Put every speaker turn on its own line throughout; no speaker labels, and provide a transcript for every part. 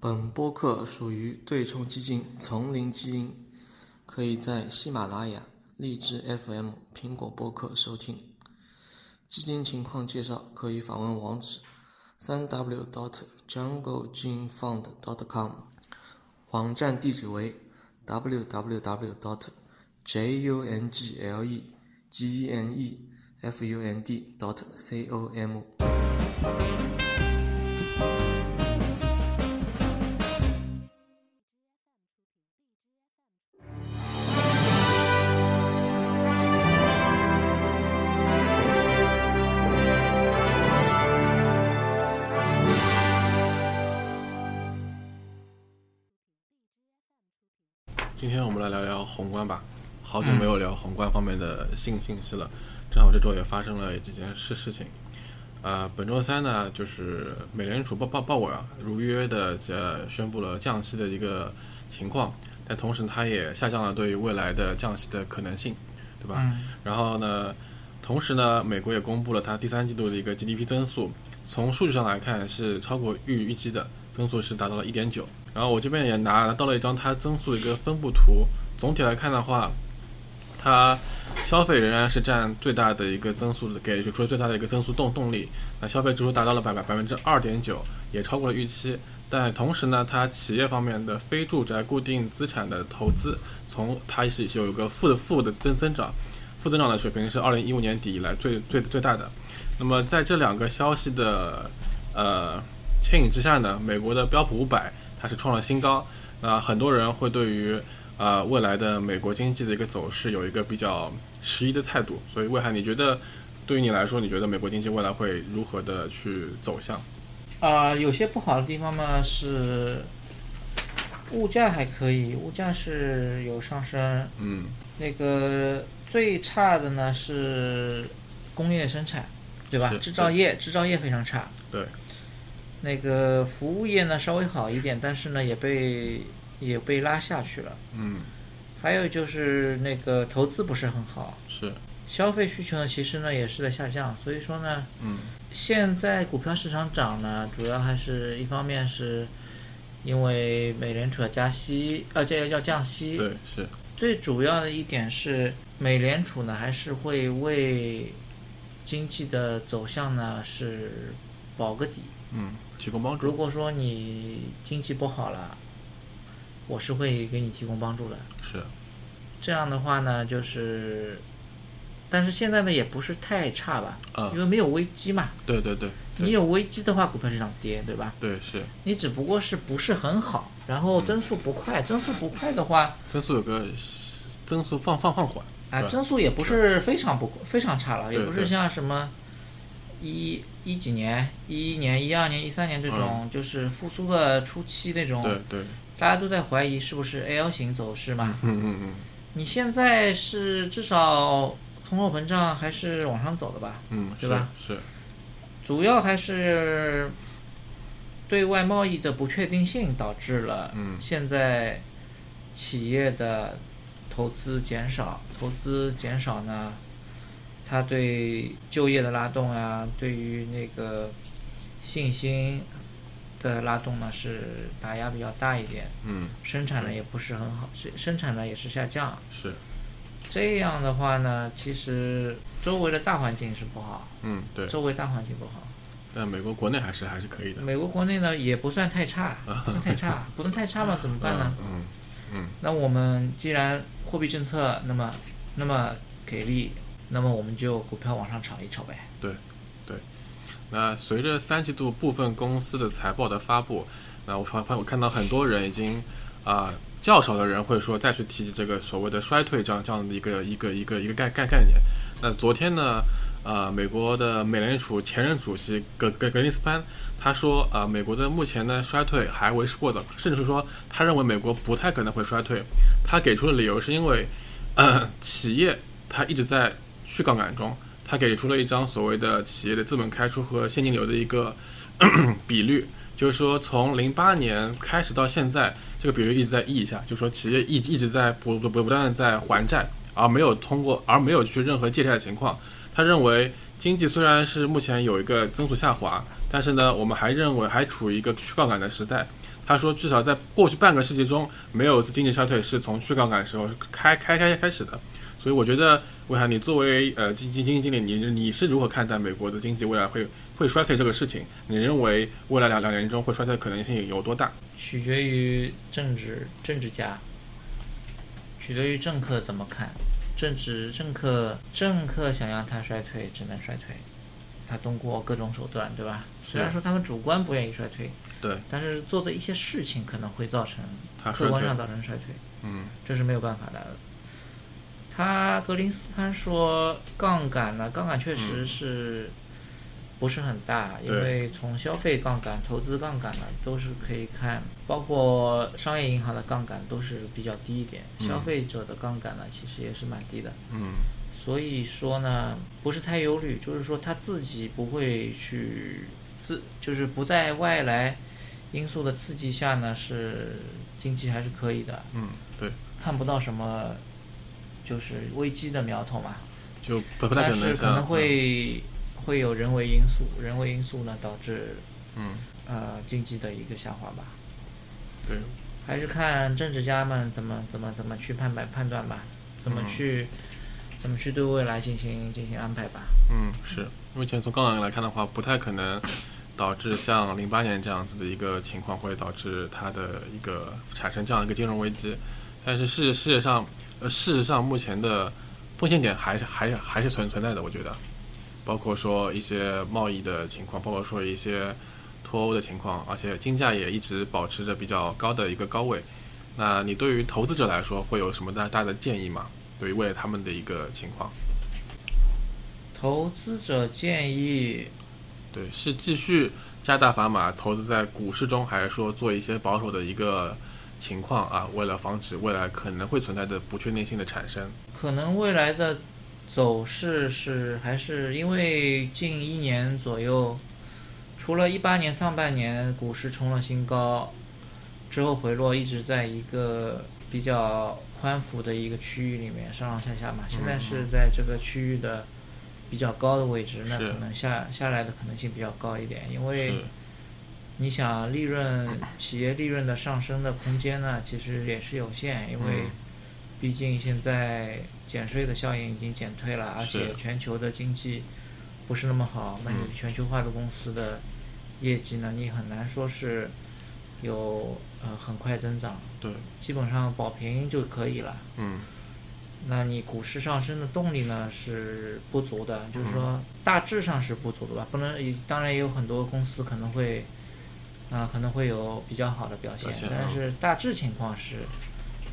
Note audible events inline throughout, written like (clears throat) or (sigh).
本播客属于对冲基金“丛林基因”，可以在喜马拉雅、荔枝 FM、苹果播客收听。基金情况介绍可以访问网址：三 w dot jungle gene fund dot com，网站地址为 www dot j u n g l e g e n e f u n d dot c o m。
今天我们来聊聊宏观吧，好久没有聊宏观方面的新信息了，正好这周也发生了几件事事情。呃，本周三呢，就是美联储鲍鲍鲍威尔呃如约的呃宣布了降息的一个情况，但同时它也下降了对于未来的降息的可能性，对吧？然后呢，同时呢，美国也公布了它第三季度的一个 GDP 增速，从数据上来看是超过预预期的，增速是达到了一点九。然后我这边也拿拿到了一张它增速的一个分布图，总体来看的话，它消费仍然是占最大的一个增速的，给出了最大的一个增速动动力。那消费支出达到了百百百分之二点九，也超过了预期。但同时呢，它企业方面的非住宅固定资产的投资，从它是有一个负的负的增增长，负增长的水平是二零一五年底以来最最最大的。那么在这两个消息的呃牵引之下呢，美国的标普五百它是创了新高。那很多人会对于呃未来的美国经济的一个走势有一个比较迟疑的态度。所以，魏海，你觉得对于你来说，你觉得美国经济未来会如何的去走向？
啊、有些不好的地方嘛是，物价还可以，物价是有上升。
嗯
那个最差的呢是工业生产，对吧
是？
制造业，制造业非常差。
对。
那个服务业呢稍微好一点，但是呢也被也被拉下去了。
嗯，
还有就是那个投资不是很好，
是
消费需求呢其实呢也是在下降，所以说呢，
嗯，
现在股票市场涨呢，主要还是一方面是因为美联储要加息，呃，这要降息，
对是
最主要的一点是，美联储呢还是会为经济的走向呢是保个底。
嗯，提供帮
如
助
果说你经济不好了，我是会给你提供帮助的。
是
这样的话呢，就是，但是现在呢也不是太差吧，
啊、
因为没有危机嘛。
对对对对
你有危机的话，股票市场跌，对吧？
对是
你只不过是不是很好，然后增速不快，增速不快的话，
增速有个增速放放放缓
啊，
对
增速也不是非常不非常差了，也
对
不是
对
像什么一一几年、一一年、一二年、一三年这种，就是复苏的初期那种，
嗯对
(laughs)
对
大家都在怀疑是不是 A L 型走势嘛。
嗯嗯嗯
你现在是至少通货膨胀还是往上走的吧？
嗯
对吧
是是
主要还是对外贸易的不确定性导致了
嗯
现在企业的投资减少，投资减少呢，它对就业的拉动啊，对于那个信心的拉动呢是打压比较大一点，
嗯
生产呢也不是很好，生生产呢也是下降。
是
这样的话呢，其实周围的大环境是不好，
嗯对，
周围大环境不好。
但美国国内还是还是可以的。
美国国内呢也不算太差，不算太差，不算太差嘛，怎么办呢？
(laughs) 嗯
那我们既然货币政策那么那么给力，那么我们就股票往上炒一炒呗。
那随着三季度部分公司的财报的发布，那我发发我看到很多人已经啊、较少的人会说再去提这个所谓的衰退这样这样的一个一个一个一个概概概念。那昨天呢，呃，美国的美联储前任主席格格格林斯潘他说啊、美国的目前呢衰退还为时过早，甚至说他认为美国不太可能会衰退。他给出的理由是因为，呃，企业它一直在去杠杆中，它给出了一张所谓的企业的资本开出和现金流的一个 (clears throat) 比率，就是说从零八年开始到现在，这个比率一直在 E 以下，就是说企业一一直在不啊不不不断的在还债，而没有通过而没有去任何借贷的情况。他认为经济虽然是目前有一个增速下滑，但是呢，我们还认为还处于一个去杠杆的时代。他说，至少在过去半个世纪中，没有一次经济衰退是从去杠杆时候开开开开始的。所以我觉得，魏涵，你作为呃基基金经理，你你是如何看待美国的经济未来会会衰退这个事情？你认为未来两两年中会衰退的可能性有多大？
取决于政治政治家，取决于政客怎么看。政治政客政客想让它衰退，只能衰退，他通过各种手段，对吧？虽然说他们主观不愿意衰退，
对，啊
但是做的一些事情可能会造成
他
客
衰
观
退
上，造成衰退，
嗯，
这是没有办法的。他格林斯潘说杠杆呢，杠杆确实是不是很大，因
嗯对
为从消费杠杆、投资杠杆呢都是可以看，包括商业银行的杠杆都是比较低一点，
嗯
消费者的杠杆呢其实也是蛮低的。
嗯，
所以说呢，不是太忧虑，就是说他自己不会去自，就是不在外来因素的刺激下呢，是经济还是可以的，
嗯，对，
看不到什么就是危机的苗头嘛。
就不不太
但
可
是
能嗯
可
像
能会会有人为因素，人为因素呢导致
嗯，
呃经济的一个下滑吧。
对，
还是看政治家们怎么怎么怎么去判判判断吧，怎么
嗯
去、怎么去对未来进行进行安排吧。
嗯，是，目前从杠杆来看的话，不太可能导致像零八年这样子的一个情况，会导致它的一个产生这样一个金融危机。但是事事实上，呃，事实上目前的风险点还是还是还是存存在的，我觉得，包括说一些贸易的情况，包括说一些脱欧的情况，而且金价也一直保持着比较高的一个高位。那你对于投资者来说，会有什么大大的建议吗？对于未来他们的一个情况？
投资者建议，
对，是继续加大砝码投资在股市中，还是说做一些保守的一个情况啊？为了防止未来可能会存在的不确定性的产生。
可能未来的走势是还是因为近一年左右，除了一八年上半年股市冲了新高，之后回落，一直在一个比较宽幅的一个区域里面上上下下嘛。现在
嗯
是在这个区域的比较高的位置，那
是
可能下下来的可能性比较高一点，因为。
是，
你想利润企业利润的上升的空间呢，其实也是有限，因为
嗯
毕竟现在减税的效应已经减退了，而
是
且全球的经济不是那么好，那
嗯
你全球化的公司的业绩呢，你很难说是有呃很快增长，
嗯对，
基本上保平就可以了。
嗯，
那你股市上升的动力呢是不足的，就是说大致上是不足的吧，不能也当然也有很多公司可能会啊、可能会有比较好的表现，
表现
但是大致情况是，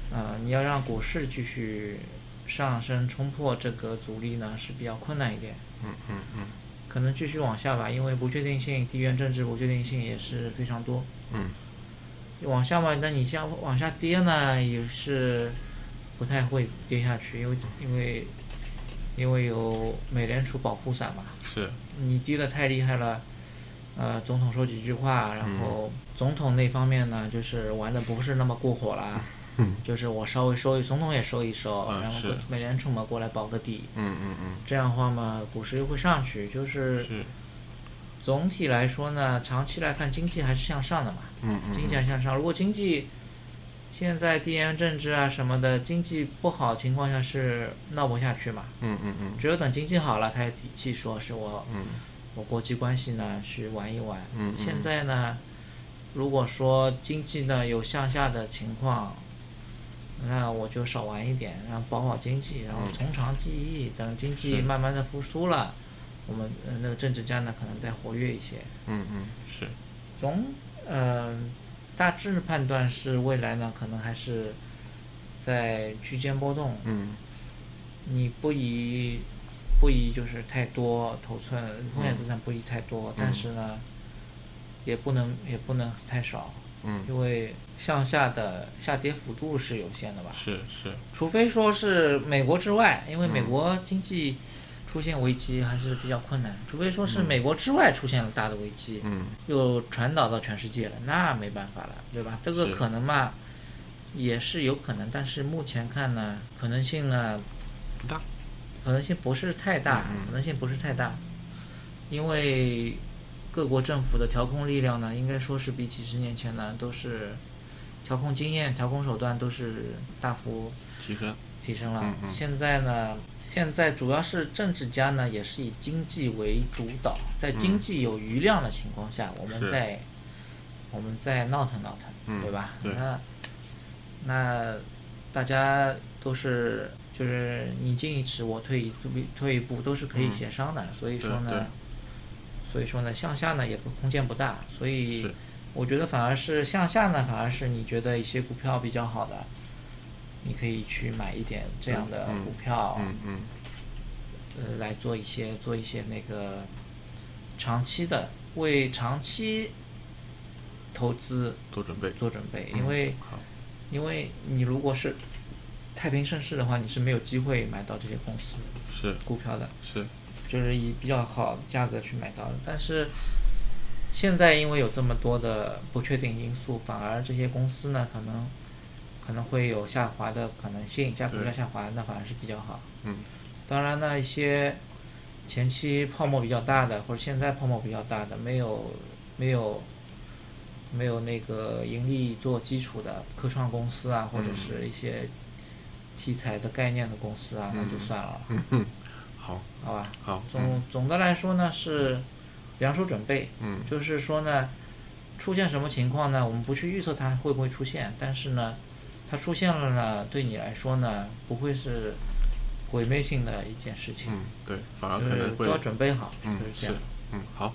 呃，你要让股市继续上升冲破这个阻力呢是比较困难一点，
嗯嗯嗯
可能继续往下吧，因为不确定性、地缘政治不确定性也是非常多。
嗯，
往下嘛，那你像往下跌呢，也是不太会跌下去，因为因为因为有美联储保护伞嘛。
是，
你跌的太厉害了，呃，总统说几句话，然后总统那方面呢，就是玩的不是那么过火
(laughs)
啦，就是我稍微收一，总统也收一收，
嗯
然后
是
美联储嘛过来保个底，
嗯嗯嗯，
这样的话嘛，股市又会上去，就是
是，
总体来说呢，长期来看经济还是向上的嘛。
嗯嗯
经济
嗯，
还向上。如果经济现在地缘政治啊什么的，经济不好情况下是闹不下去嘛。
嗯嗯嗯
只有等经济好了，才有底气说是我
嗯
我国际关系呢去玩一玩。
嗯嗯
现在呢，如果说经济呢有向下的情况，那我就少玩一点，然后保保经济，然后
嗯
从长计议。等经济
是
慢慢的复苏了，我们呃那个政治家呢可能再活跃一些。
嗯嗯，是，
总呃大致判断是未来呢，可能还是在区间波动，
嗯
你不宜不宜就是太多头寸风险资产不宜太多，但是呢也不能也不能太少，
嗯
因为向下的下跌幅度是有限的吧，
是是，
除非说是美国之外，因为美国经济。出现危机还是比较困难，除非说是美国之外出现了大的危机，
嗯
又传导到全世界了，那没办法了，对吧？这个
是
可能嘛，也是有可能，但是目前看呢，可能性呢
不大，
可能性不是太大，
嗯嗯
可能性不是太大。因为各国政府的调控力量呢，应该说是比几十年前呢都是调控经验、调控手段都是大幅
提升，
提升了。
嗯嗯
现在呢，现在主要是政治家呢，也是以经济为主导，在经济有余量的情况下，我们
嗯是
再我们再闹腾闹腾，
嗯
对吧？
对
那那大家都是就是你进一尺，我退一退退一步，都是可以
嗯
协商的。所以
对
说
对
呢，所以说呢，向下呢也空间不大，所以。
是
我觉得反而是向下呢，反而是你觉得一些股票比较好的，你可以去买一点这样的
嗯嗯
股票，
嗯嗯
呃，来做一些做一些那个长期的，为长期投资
做准备，
做准备，
嗯
因为、
好
因为你如果是太平盛世的话，你是没有机会买到这些公司
是
股票的。
是
就是以比较好的价格去买到的。但是现在因为有这么多的不确定因素，反而这些公司呢，可能可能会有下滑的可能性，价格
对
要下滑，那反而是比较好。
嗯，
当然呢，一些前期泡沫比较大的，或者现在泡沫比较大的，没有没有。没有那个盈利做基础的科创公司啊，或者
嗯
是一些题材的概念的公司啊，那就
嗯
算了，
嗯嗯，好
好吧？
好嗯
总总的来说呢是两手准备，
嗯
就是说呢，出现什么情况呢，我们不去预测它会不会出现，但是呢，它出现了呢，对你来说呢，不会是毁灭性的一件事情，
嗯对，反而
就
可
是
能
都
会
要准备好，
嗯
就是这
是
样。
嗯好，